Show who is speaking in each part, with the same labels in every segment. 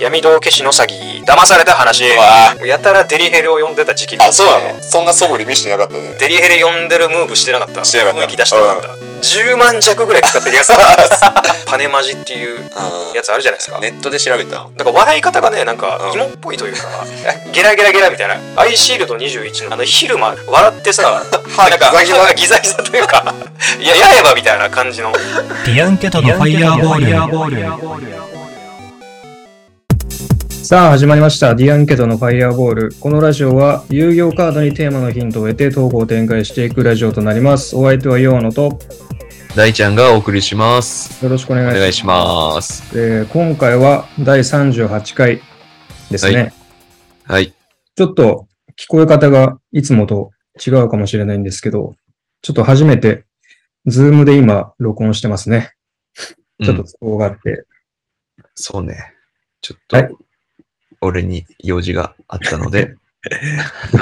Speaker 1: 闇道化師の詐欺騙された話
Speaker 2: わ
Speaker 1: やたらデリヘルを読んでた時期
Speaker 2: あ、そうなのそんな素振り見してなかったね。
Speaker 1: デリヘル読んでるムーブしてなかった
Speaker 2: してなかった
Speaker 1: 雰囲気出してなかった、10万弱ぐらい使ってるやつ だパネマジっていうやつあるじゃないですか、
Speaker 2: ネットで調べた。
Speaker 1: なんか笑い方がねなんか
Speaker 2: うん
Speaker 1: 芋っぽいというか、ゲラゲラゲラみたいなアイシールド21のあの昼間笑って さ歯が
Speaker 2: ギ ザギザ
Speaker 1: ギザギザというかいややればみたいな感じの
Speaker 3: ディアンケトのファイヤーボール。
Speaker 4: さあ始まりました「ディアンケトのファイヤーボール」このラジオは有料カードにテーマのヒントを得て投稿を展開していくラジオとなりますお相手はヨーノと
Speaker 5: 大ちゃんがお送りします。
Speaker 4: よろしくお願い
Speaker 5: お
Speaker 4: します
Speaker 5: 願いします。
Speaker 4: えー今回は第38回ですね、
Speaker 5: はいはい。
Speaker 4: ちょっと聞こえ方がいつもと違うかもしれないんですけどちょっと初めてズームで今録音してますね
Speaker 5: うん
Speaker 4: ちょっと都合があって、
Speaker 5: そうね。ちょっ
Speaker 4: はい
Speaker 5: と、俺に用事があったの で、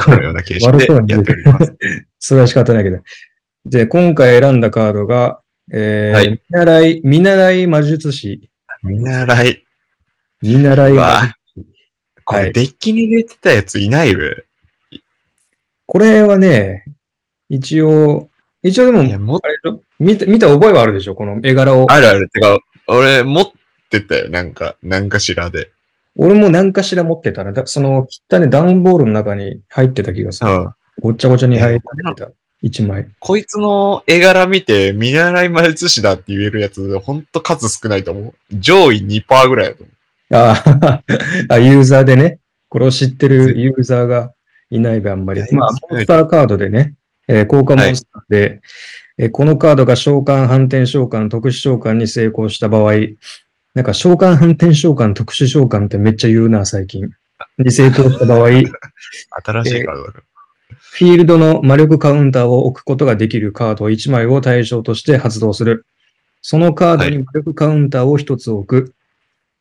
Speaker 5: このような形式
Speaker 4: 悪
Speaker 5: で
Speaker 4: そうに
Speaker 5: やっております。
Speaker 4: それは仕方ないけど。で、今回選んだカードが、えー
Speaker 5: はい
Speaker 4: 見習い、見習い魔術師。
Speaker 5: 見習い。
Speaker 4: 見習い魔
Speaker 5: わこれ、デッキに入れてたやついないべ。
Speaker 4: これはね、一応、一応でも、
Speaker 5: いや、もっ
Speaker 4: あれでしょ見た、見た覚えはあるでしょこの絵柄を。
Speaker 5: あるある。てか、俺、持ってたよ。なんか、なんかしらで。
Speaker 4: 俺も何かしら持ってたら、だその、切ったね、段ボールの中に入ってた気がする。
Speaker 5: うん。
Speaker 4: ごっちゃごちゃに入ってた。一枚。
Speaker 5: こいつの絵柄見て、見習い魔術師だって言えるやつ、ほんと数少ないと思う。上位2%ぐらいだと思う。
Speaker 4: あ ーあ、ユーザーでね、これを知ってるユーザーがいないべ、あんまり
Speaker 5: いや。
Speaker 4: まあ、モンスターカードでね、えー効果モンスターで、えーこのカードが召喚、反転召喚、特殊召喚に成功した場合、なんか召喚、反転召喚、特殊召喚ってめっちゃ言うな、最近。に成功した場合、フィ
Speaker 5: 新しいカードだから。
Speaker 4: ールドの魔力カウンターを置くことができるカード1枚を対象として発動する。そのカードに魔力カウンターを1つ置く。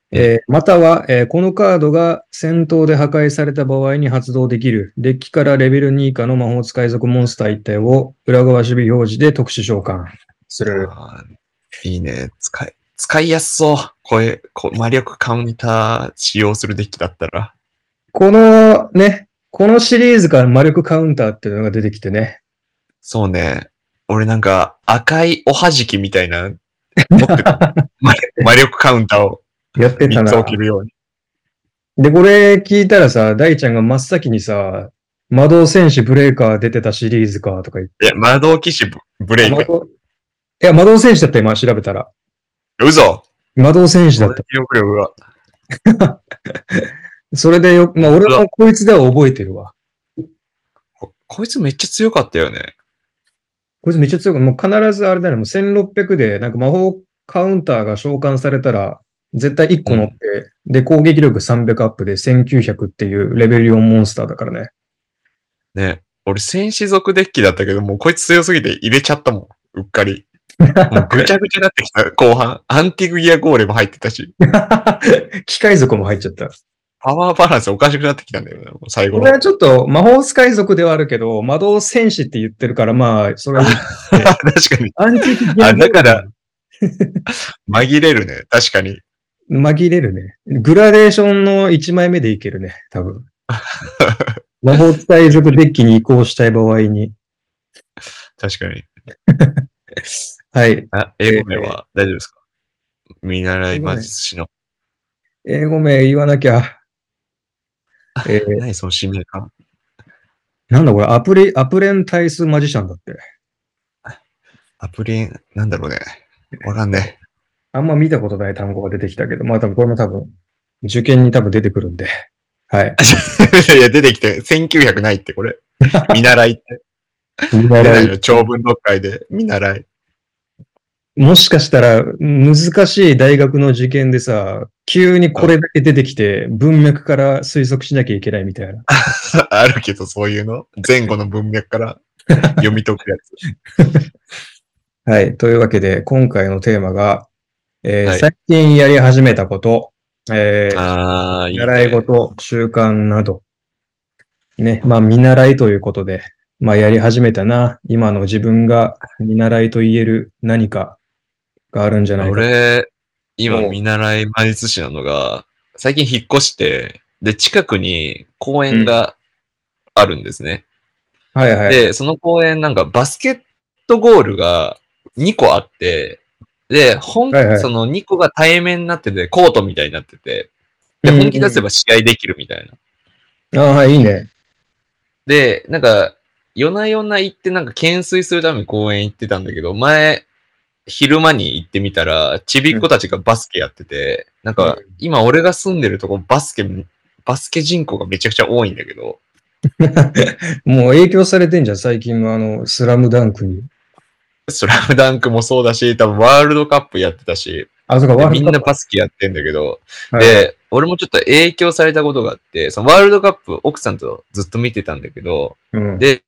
Speaker 4: えーまたは、えーこのカードが戦闘で破壊された場合に発動できる、デッキからレベル2以下の魔法使い族モンスター1体を裏側守備表示で特殊召喚する。
Speaker 5: あーいいね。使い、使いやすそう。これ、こ魔力カウンター使用するデッキだったら。
Speaker 4: このね、このシリーズから魔力カウンターっていうのが出てきてね。
Speaker 5: そうね。俺なんか赤いおはじきみたいな、持って た。魔魔力カウンターを
Speaker 4: やってた
Speaker 5: 3つ
Speaker 4: な
Speaker 5: 置。けるように。
Speaker 4: で、これ聞いたらさ、大ちゃんが真っ先にさ、魔導戦士ブレーカー出てたシリーズかとか言っ
Speaker 5: いや、魔導騎士ブブレ
Speaker 4: て。
Speaker 5: イ
Speaker 4: 魔
Speaker 5: ク。
Speaker 4: 導いや、魔導戦士だった今調べたら。
Speaker 5: 嘘
Speaker 4: 魔導戦士だった。
Speaker 5: 力力が。
Speaker 4: それでよ、まあ俺もこいつでは覚えてるわ。
Speaker 5: ここいつめっちゃ強かったよね。
Speaker 4: こいつめっちゃ強く、もう必ずあれだね、もう1600で、なんか魔法カウンターが召喚されたら、絶対1個乗って、で、攻撃力300アップで1900っていうレベル4モンスターだから ね。
Speaker 5: ね。俺戦士族デッキだったけど、もうこいつ強すぎて入れちゃったもん。うっかり。 もうぐちゃぐちゃになってきた、後半。アンティグギアゴーレム入ってたし。
Speaker 4: 機械族も入っちゃった。
Speaker 5: パワーバランスおかしくなってきたんだよね、もう最後
Speaker 4: これ
Speaker 5: の。
Speaker 4: はちょっと魔法使い族ではあるけど、魔導戦士って言ってるから、まあ、それは、
Speaker 5: 確かに。
Speaker 4: アンティークギア
Speaker 5: あ、
Speaker 4: ゴー
Speaker 5: だ
Speaker 4: レム
Speaker 5: から、 紛れるね。確かに。
Speaker 4: 紛れるね。グラデーションの1枚目でいけるね、多 分。魔法使い族デッキに移行したい場合に。
Speaker 5: 確かに。
Speaker 4: はい。
Speaker 5: あ、英語名は大丈夫ですか見習い魔術師の。
Speaker 4: 英語名言わなきゃ。えー
Speaker 5: 何その使命感。
Speaker 4: なんだこれ、アプリ、アプレンタイスマジシャンだって。
Speaker 5: アプリ、なんだろうね。わかんね
Speaker 4: あんま見たことない単語が出てきたけど、まあ多分これも多分、受験に多分出てくるんで。はい。
Speaker 5: え。いや、出てきて、1900ないって、これ。見習いって。出ないの長文読解で、見習い。
Speaker 4: もしかしたら、難しい大学の受験でさ、急にこれだけ出てきて、文脈から推測しなきゃいけないみたいな。
Speaker 5: あるけど、そういうの。前後の文脈から読み解くやつ。
Speaker 4: はい。というわけで、今回のテーマが、えー
Speaker 5: はい
Speaker 4: 最近やり始めたこと、えー
Speaker 5: ああ、いいね
Speaker 4: 習い事、習慣など。ね、まあ見習いということで、まあやり始めたな。今の自分が見習いと言える何かがあるんじゃないか。
Speaker 5: 俺、今
Speaker 4: おう
Speaker 5: 見習い魔術師なのが、最近引っ越して、で、近くに公園があるんですね。
Speaker 4: はいはい。
Speaker 5: で、その公園なんかバスケットゴールが2個あって、で、本、
Speaker 4: はいはい
Speaker 5: その2個が対面になってて、コートみたいになってて、で、
Speaker 4: うん
Speaker 5: 本気出せば試合できるみたいな。
Speaker 4: ああ、はい、いいね。
Speaker 5: で、なんか、夜な夜な行って、なんか、懸垂するために公園行ってたんだけど、前、昼間に行ってみたら、ちびっ子たちがバスケやってて、なんか、今俺が住んでるとこバスケ、バスケ人口がめちゃくちゃ多いんだけど、
Speaker 4: もう影響されてんじゃん、最近は、あの、スラムダンクに。
Speaker 5: スラムダンクもそうだし、多分ワールドカップやってたし、
Speaker 4: あ、そうか、
Speaker 5: で
Speaker 4: ワー
Speaker 5: み
Speaker 4: ル
Speaker 5: ん
Speaker 4: ドカ
Speaker 5: な
Speaker 4: ッ
Speaker 5: バスケやってんだけど、
Speaker 4: プ。はい
Speaker 5: で、俺もちょっと影響されたことがあって、そのワールドカップ奥さんとずっと見てたんだけど、
Speaker 4: うん、
Speaker 5: で、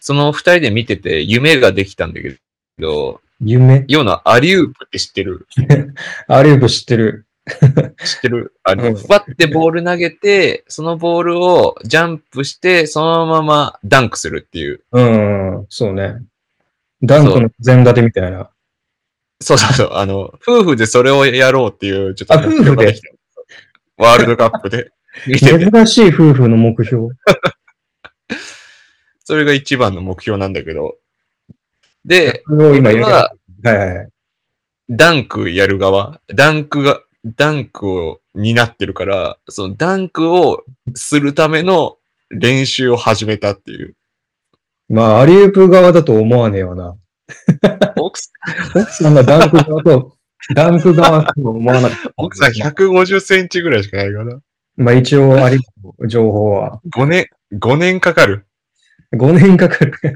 Speaker 5: その二人で見てて夢ができたんだけど、
Speaker 4: 夢
Speaker 5: ようなアリウープって知ってる
Speaker 4: アリウープ知ってる。
Speaker 5: 知ってるあ
Speaker 4: う
Speaker 5: の、
Speaker 4: ん
Speaker 5: ふわってボール投げて、そのボールをジャンプして、そのままダンクするっていう。
Speaker 4: うん、そうね。ダンクの前立てみたいな。
Speaker 5: そうそうそう。あの、夫婦でそれをやろうっていう、ちょっと
Speaker 4: あ夫婦で
Speaker 5: 目標がきたワールドカップで見てて、
Speaker 4: 珍しい夫婦の目標。
Speaker 5: それが一番の目標なんだけど。で、
Speaker 4: それを今
Speaker 5: 俺
Speaker 4: 言う
Speaker 5: は
Speaker 4: は、いはいはい。
Speaker 5: ダンクやる側、ダンクが、ダンクを担ってるから、そのダンクをするための練習を始めたっ ていう。
Speaker 4: まあ、アリウープ側だと思わねえわな。
Speaker 5: 奥さ
Speaker 4: 奥さんがダンク側と、 ダンク側とも思わなかった
Speaker 5: ん奥さん150センチぐらいしかないから。
Speaker 4: まあ一応あり、情報は。
Speaker 5: 5年、5年かかる。
Speaker 4: 5年かかる。5
Speaker 5: ステ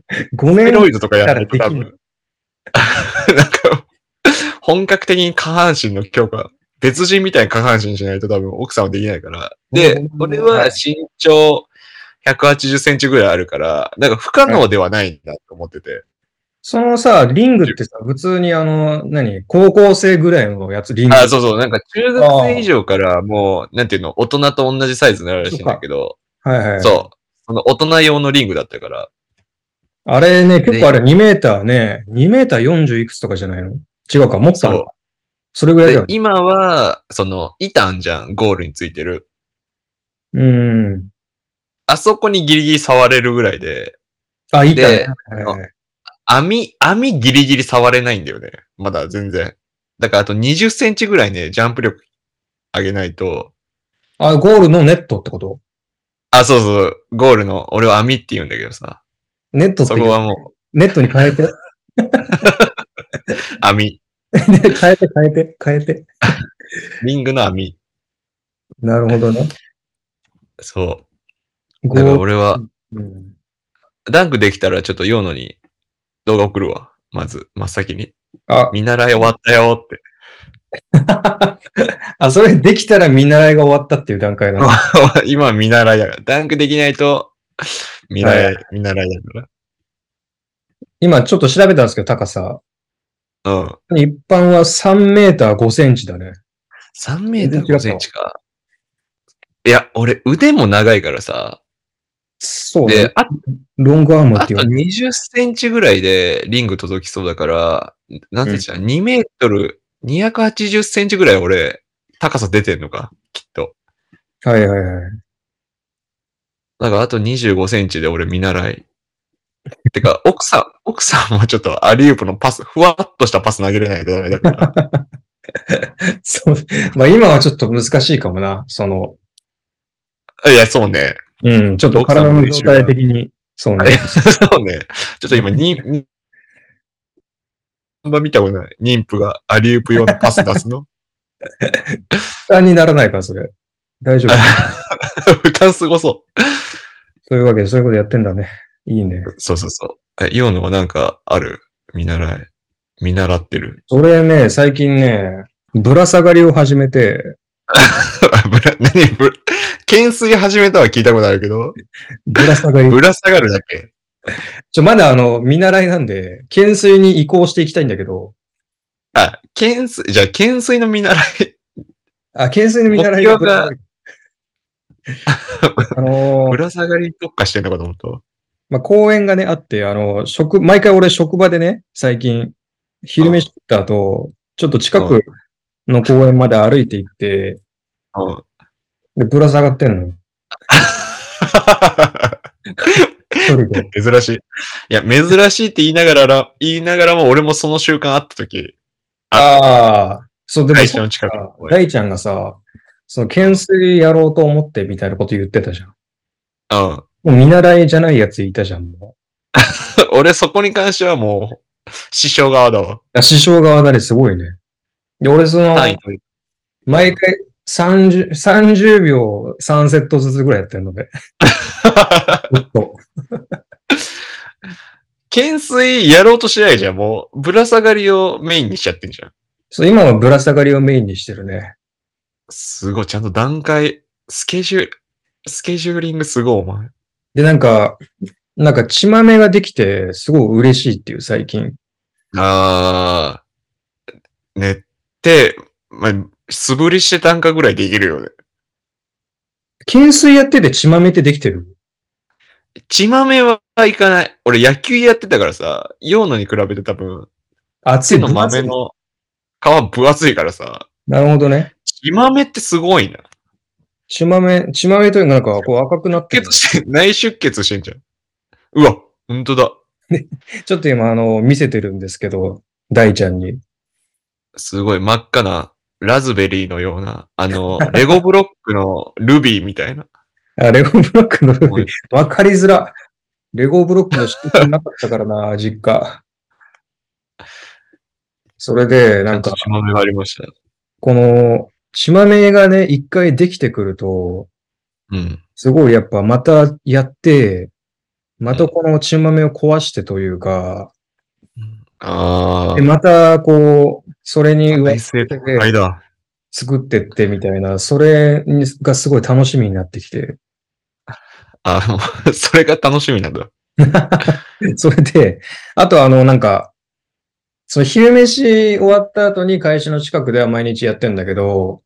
Speaker 4: 年
Speaker 5: ロイドとかやらないと多
Speaker 4: だ
Speaker 5: 分。なんか、 本格的に下半身の強化、別人みたいな下半身しないと多分奥さんはできないから。で、
Speaker 4: うん
Speaker 5: 俺は身長180センチぐらいあるから、なんか不可能ではないんだと思ってて。
Speaker 4: そのさ、リングってさ、普通にあの、何高校生ぐらいのやつ、リング。
Speaker 5: あ、そうそう、なんか中学生以上からもう、なんていうの、大人と同じサイズになるらしいんだけど、
Speaker 4: はいはい。
Speaker 5: そう。その大人用のリングだったから、
Speaker 4: あれね、結構あれ2メーターね、2メーター40いくつとかじゃないの違うか、もっとある
Speaker 5: そう
Speaker 4: かそれぐらいだ
Speaker 5: で
Speaker 4: よ、ね。
Speaker 5: 今は、その、板あんじゃん、ゴールについてる。
Speaker 4: うん。
Speaker 5: あそこにギリギリ触れるぐらいで、
Speaker 4: あ、いいか、ね
Speaker 5: で
Speaker 4: はいはいはい
Speaker 5: 網、網ギリギリ触れないんだよね。まだ全然。だからあと20センチぐらいね、ジャンプ力上げないと、
Speaker 4: あ、ゴールのネットってこと
Speaker 5: あ、そうそう、ゴールの、俺は網って言うんだけどさ、
Speaker 4: ネットって
Speaker 5: そ
Speaker 4: 言
Speaker 5: こ
Speaker 4: う
Speaker 5: はも
Speaker 4: ネットに変えて、
Speaker 5: う網、
Speaker 4: 変えて、変えて、変えて。
Speaker 5: リングの網。
Speaker 4: なるほどね。
Speaker 5: そ
Speaker 4: ゴ
Speaker 5: う。だから
Speaker 4: ール。
Speaker 5: 俺は、
Speaker 4: うん
Speaker 5: ダンクできたらちょっとヨーノに動画送るわ。まず、真っ先に。
Speaker 4: あ、
Speaker 5: 見習い終わったよって。
Speaker 4: あ、それできたら見習いが終わったっていう段階なの。
Speaker 5: 今は見習いだから。ダンクできないと、見習い、
Speaker 4: は
Speaker 5: 見習いだか
Speaker 4: 今ちょっと調べたんですけど、高さ。
Speaker 5: ら。うん。
Speaker 4: 一般は3メーター5センチだね。
Speaker 5: 3メーター
Speaker 4: 全然違
Speaker 5: 5
Speaker 4: った
Speaker 5: センチか。いや、俺腕も長いからさ。
Speaker 4: そうね
Speaker 5: で、。あ
Speaker 4: ロングアーム
Speaker 5: あ
Speaker 4: って
Speaker 5: と
Speaker 4: いうの。
Speaker 5: 20センチぐらいでリング届きそうだから、なんて言っちゃう、2メートル、280センチぐらい俺、高さ出てんのか、きっと。
Speaker 4: はいはいはい。
Speaker 5: だからあと25センチで俺見習い。てか、 奥さん、奥さんもちょっとアリウープのパス、ふわっとしたパス投げれないとダメだから。
Speaker 4: そう。まあ今はちょっと難しいかもな。その、
Speaker 5: いや、そうね。
Speaker 4: うん、ちょっと体の状態的に。そうね。
Speaker 5: そうね。ちょっと今、に、にあんま見たことない。妊婦がアリウープ用のパス出す の。
Speaker 4: 負担にならないから、それ。大丈夫。
Speaker 5: 負担すごそ
Speaker 4: そういうわけで、そういうことやってんだね。いいね。
Speaker 5: う。そうそうそう。え、ヨーノはなんかある見習い。見習ってる。
Speaker 4: それね、最近ね、ぶら下がりを始めて、
Speaker 5: ぶら、何ぶら、懸垂始めたは聞いたことあるけど、
Speaker 4: ぶら下がり。
Speaker 5: ぶら下がるだけ。
Speaker 4: ちょ、まだあの、見習いなんで、懸垂に移行していきたいんだけど、
Speaker 5: あ、懸垂、じゃあ懸垂の見習い。
Speaker 4: あ、懸垂の見習い
Speaker 5: 目標が
Speaker 4: あ の
Speaker 5: ぶ
Speaker 4: ー
Speaker 5: ら下がりに特化してんのかと思った。
Speaker 4: まあ、公園がね、あって、あの、職、毎回俺職場でね、最近、昼飯食った後、ちょっと近くの公園まで歩いて行って、
Speaker 5: うん。
Speaker 4: で、ぶら下がってんのよ。一人で。
Speaker 5: 珍しい。いや、珍しいって言いながら、言いながらも俺もその習慣あった時、
Speaker 4: ああ、そう、でも
Speaker 5: 会社の近く
Speaker 4: さ、大ちゃんがさ、その、懸垂やろうと思ってみたいなこと言ってたじゃん。
Speaker 5: うん。
Speaker 4: もう見習いじゃないやついたじゃん、も
Speaker 5: 俺そこに関してはもう、師匠側だわ。
Speaker 4: う。師匠側だりすごいね。で、俺その、
Speaker 5: 単位取り
Speaker 4: 毎回30、30秒3セットずつぐらいやってんので。ずっと
Speaker 5: 懸垂やろうとしないじゃん。もう、ぶら下がりをメインにしちゃってんじゃん。
Speaker 4: そう、今はぶら下がりをメインにしてるね。
Speaker 5: すごい、ちゃんと段階、スケジュール、スケジューリングすごい、お前。
Speaker 4: で、なんか、なんか血豆ができて、すごい嬉しいっていう最近。
Speaker 5: あー、寝て、まあ、素振りしてたんかぐらいできるよね。
Speaker 4: 懸垂やってて血豆ってできてる
Speaker 5: 血豆はいかない。俺野球やってたからさ、洋野に比べて多分、
Speaker 4: 熱
Speaker 5: 手
Speaker 4: い
Speaker 5: の豆。の皮分厚いからさ、
Speaker 4: なるほどね。
Speaker 5: 血豆ってすごいな。
Speaker 4: 血豆、血豆というかなんかこう赤くなって
Speaker 5: 出
Speaker 4: る。
Speaker 5: 血して、内出血してんじゃん。うわ、ほんとだ。
Speaker 4: ちょっと今あの、見せてるんですけど、大ちゃんに。
Speaker 5: すごい真っ赤な、ラズベリーのような、あの、レゴブロックのルビーみたいな。
Speaker 4: あ、レゴブロックのル
Speaker 5: もう
Speaker 4: ビー。わかりづら。レゴブロックの仕組みなかったからな、実家。それで、
Speaker 5: ち
Speaker 4: な
Speaker 5: ゃ
Speaker 4: ん
Speaker 5: んと
Speaker 4: か、
Speaker 5: 血豆がありました。
Speaker 4: この、血豆がね、一回できてくると、
Speaker 5: うん。
Speaker 4: すごいやっぱまたやって、またこの血豆を壊してというか、
Speaker 5: ああ
Speaker 4: で。またこう、それに上
Speaker 5: 体
Speaker 4: 乗
Speaker 5: 制
Speaker 4: せ
Speaker 5: 高い
Speaker 4: て
Speaker 5: だ。
Speaker 4: 作ってってみたいな、それにがすごい楽しみになってきて。
Speaker 5: あの、それが楽しみなんだ。
Speaker 4: それで、あとあの、なんか、その昼飯終わった後に会社の近くでは毎日やってんだけど、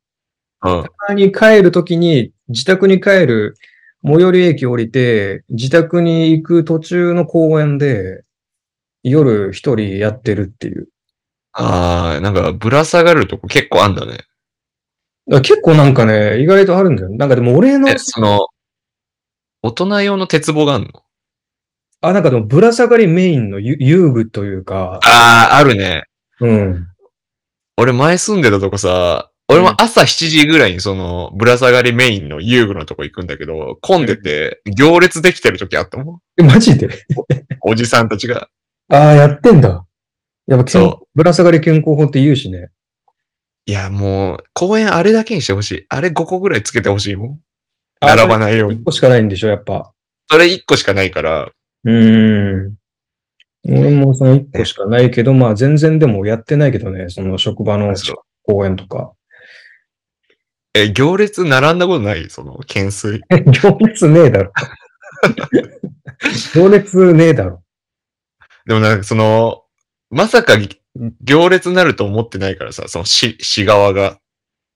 Speaker 5: うん。
Speaker 4: たまに帰るときに、自宅に帰る最寄り駅降りて、自宅に行く途中の公園で、夜一人やってるっていう。
Speaker 5: ああ、なんか、ぶら下がるとこ結構あんだね。
Speaker 4: だから結構なんかね、意外とあるんだよね。なんかでも俺の
Speaker 5: え、、その、大人用の鉄棒があんの
Speaker 4: あ、なんかでもぶら下がりメインの遊遊具というか、
Speaker 5: ああ、あるね。
Speaker 4: うん。
Speaker 5: 俺前住んでたとこさ、俺も朝7時ぐらいにその、ぶら下がりメインの遊具のとこ行くんだけど、混んでて、行列できてる時あったもん。
Speaker 4: えマジで
Speaker 5: おじさんたちが。
Speaker 4: ああ、やってんだ。やっぱ健
Speaker 5: そう
Speaker 4: ぶら下がり健康法って言うしね。
Speaker 5: いや、もう、公園あれだけにしてほしい。あれ5個ぐらいつけてほしいもん。
Speaker 4: あ
Speaker 5: 並ばないように。
Speaker 4: 1個しかないんでしょ、やっぱ。
Speaker 5: それ1個しかないから、
Speaker 4: うーん。俺もその1個しかないけど、まあ全然でもやってないけどね、その職場の
Speaker 5: そう
Speaker 4: 公演とか。
Speaker 5: え、行列並んだことないその、懸垂。
Speaker 4: 行列ねえ だろ。行列ねえだろ。
Speaker 5: でもなんかその、まさかぎ行列になると思ってないからさ、その市、市側が。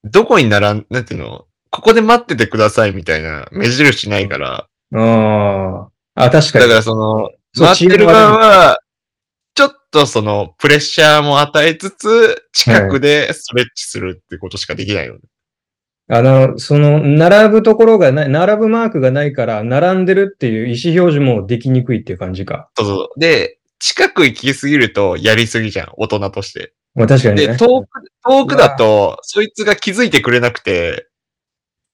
Speaker 5: どこに並ん、なんていうのここで待っててくださいみたいな目印ないから。
Speaker 4: ああ。あ、確か
Speaker 5: だ
Speaker 4: に。
Speaker 5: からその、
Speaker 4: そう
Speaker 5: 待ってる側は、ちょっとその、プレッシャーも与えつつ、近くでストレッチするってことしかできないよね。
Speaker 4: あの、その、並ぶところがない、並ぶマークがないから、並んでるっていう意思表示もできにくいっていう感じか。
Speaker 5: そうそう。で、近く行きすぎるとやりすぎじゃん、大人として。
Speaker 4: まあ確かに
Speaker 5: で、
Speaker 4: ね。
Speaker 5: 遠く、遠くだと、そいつが気づいてくれなくて、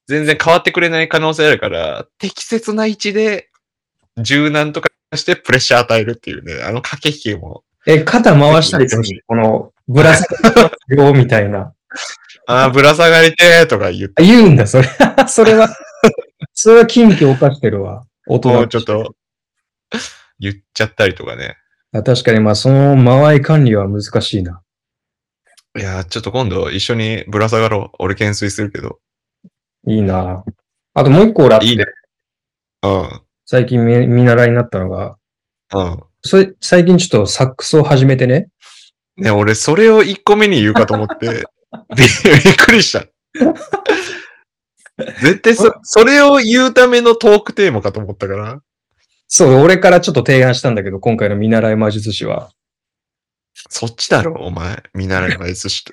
Speaker 5: 全然変わってくれない可能性あるから、適切な位置で、柔軟とかしてプレッシャー与えるっていうね、あの駆け引きも。
Speaker 4: え、肩回したりするし、この、ぶら下がりのようみたいな。
Speaker 5: ああ、ぶら下がりてーとか言って、
Speaker 4: あ言うんだ、それ。 それは、それは禁忌を犯してるわ。大
Speaker 5: も
Speaker 4: 人
Speaker 5: うちょっと、言っちゃったりとかね。
Speaker 4: あ確かに、まあ、その間合い管理は難しいな。
Speaker 5: いやー、ちょっと今度一緒にぶら下がろう。俺懸垂するけど。
Speaker 4: いいなあともう一個俺あって
Speaker 5: いいね。うん、
Speaker 4: 最近見見習いになったのが、
Speaker 5: うん。
Speaker 4: それ、最近ちょっとサックスを始めてね。
Speaker 5: ね、俺、それを1個目に言うかと思 って、びびっくりした。絶対そ、それを言うためのトークテーマかと思ったから。
Speaker 4: そう、俺からちょっと提案したんだけど、今回の見習い魔術師は。
Speaker 5: そっちだろ、お前。見習いの S 師と。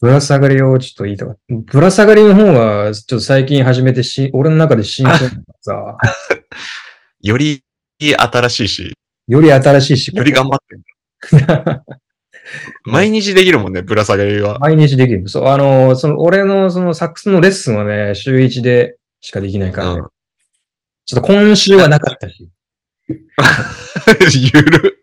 Speaker 4: ぶら下がりをちょっと言いたかった。ぶら下がりの方が、ちょっと最近始めてし、俺の中で新鮮だからさ、
Speaker 5: より新しいし、
Speaker 4: より新しいし、
Speaker 5: より頑張ってる。 毎日できるもんね、ぶら下がりは。
Speaker 4: 毎日できる。そう、あの、その、俺のそのサックスのレッスンはね、週1でしかできないから、ね
Speaker 5: うん
Speaker 4: ちょっと今週はなかったし。
Speaker 5: ゆる。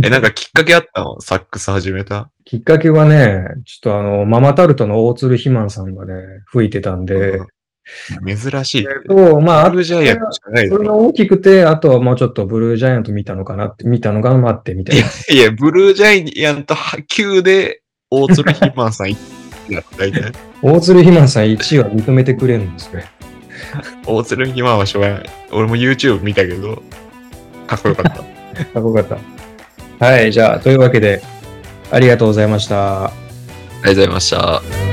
Speaker 5: え、なんかきっかけあったのサックス始めた。
Speaker 4: きっかけはね、ちょっとあの、ママタルトの大鶴ひまんさんがね、吹いてたんで、
Speaker 5: 珍しい。
Speaker 4: そう、まあ、あ
Speaker 5: ブルージャイアントしかないだ
Speaker 4: それが
Speaker 5: ろ。
Speaker 4: 大きくて、あとはもうちょっとブルージャイアント見たのかなって、見たのが待ってみたいな。
Speaker 5: いや、ブルージャイアント級で大鶴ひまんさんいや、大体。
Speaker 4: 大鶴ひまんさん1位は認めてくれるんですね。
Speaker 5: 大鶴ひまんはしょうがない。俺も YouTube 見たけど、かっこよかった。
Speaker 4: かっこよかった。はい、じゃあ、というわけで、ありがとうございました。
Speaker 5: ありがとうございました。